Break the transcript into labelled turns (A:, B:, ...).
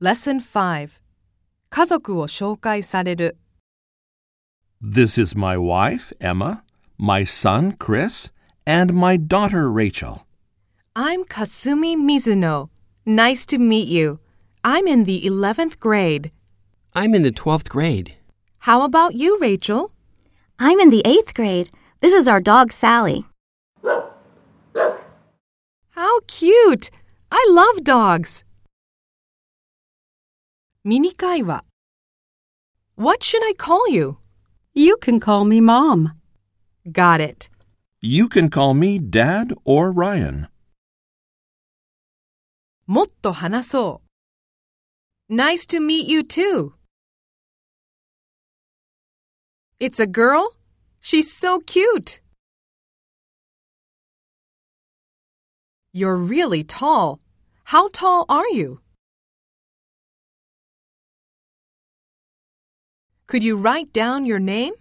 A: Lesson 5家族を紹介される
B: This is my wife, Emma, my son, Chris, and my daughter, Rachel.
A: I'm Kasumi Mizuno. Nice to meet you. I'm in the 11th grade.
C: I'm in the 12th grade.
A: How about you, Rachel?
D: I'm in the eighth grade. This is our dog, Sally.
A: How cute! I love dogs. ミニ会話 What should I call you?
E: You can call me Mom.
A: Got it.
B: You can call me Dad or Ryan.
A: もっと話そう Nice to meet you too. It's a girl? She's so cute. You're really tall. How tall are you? Could you write down your name?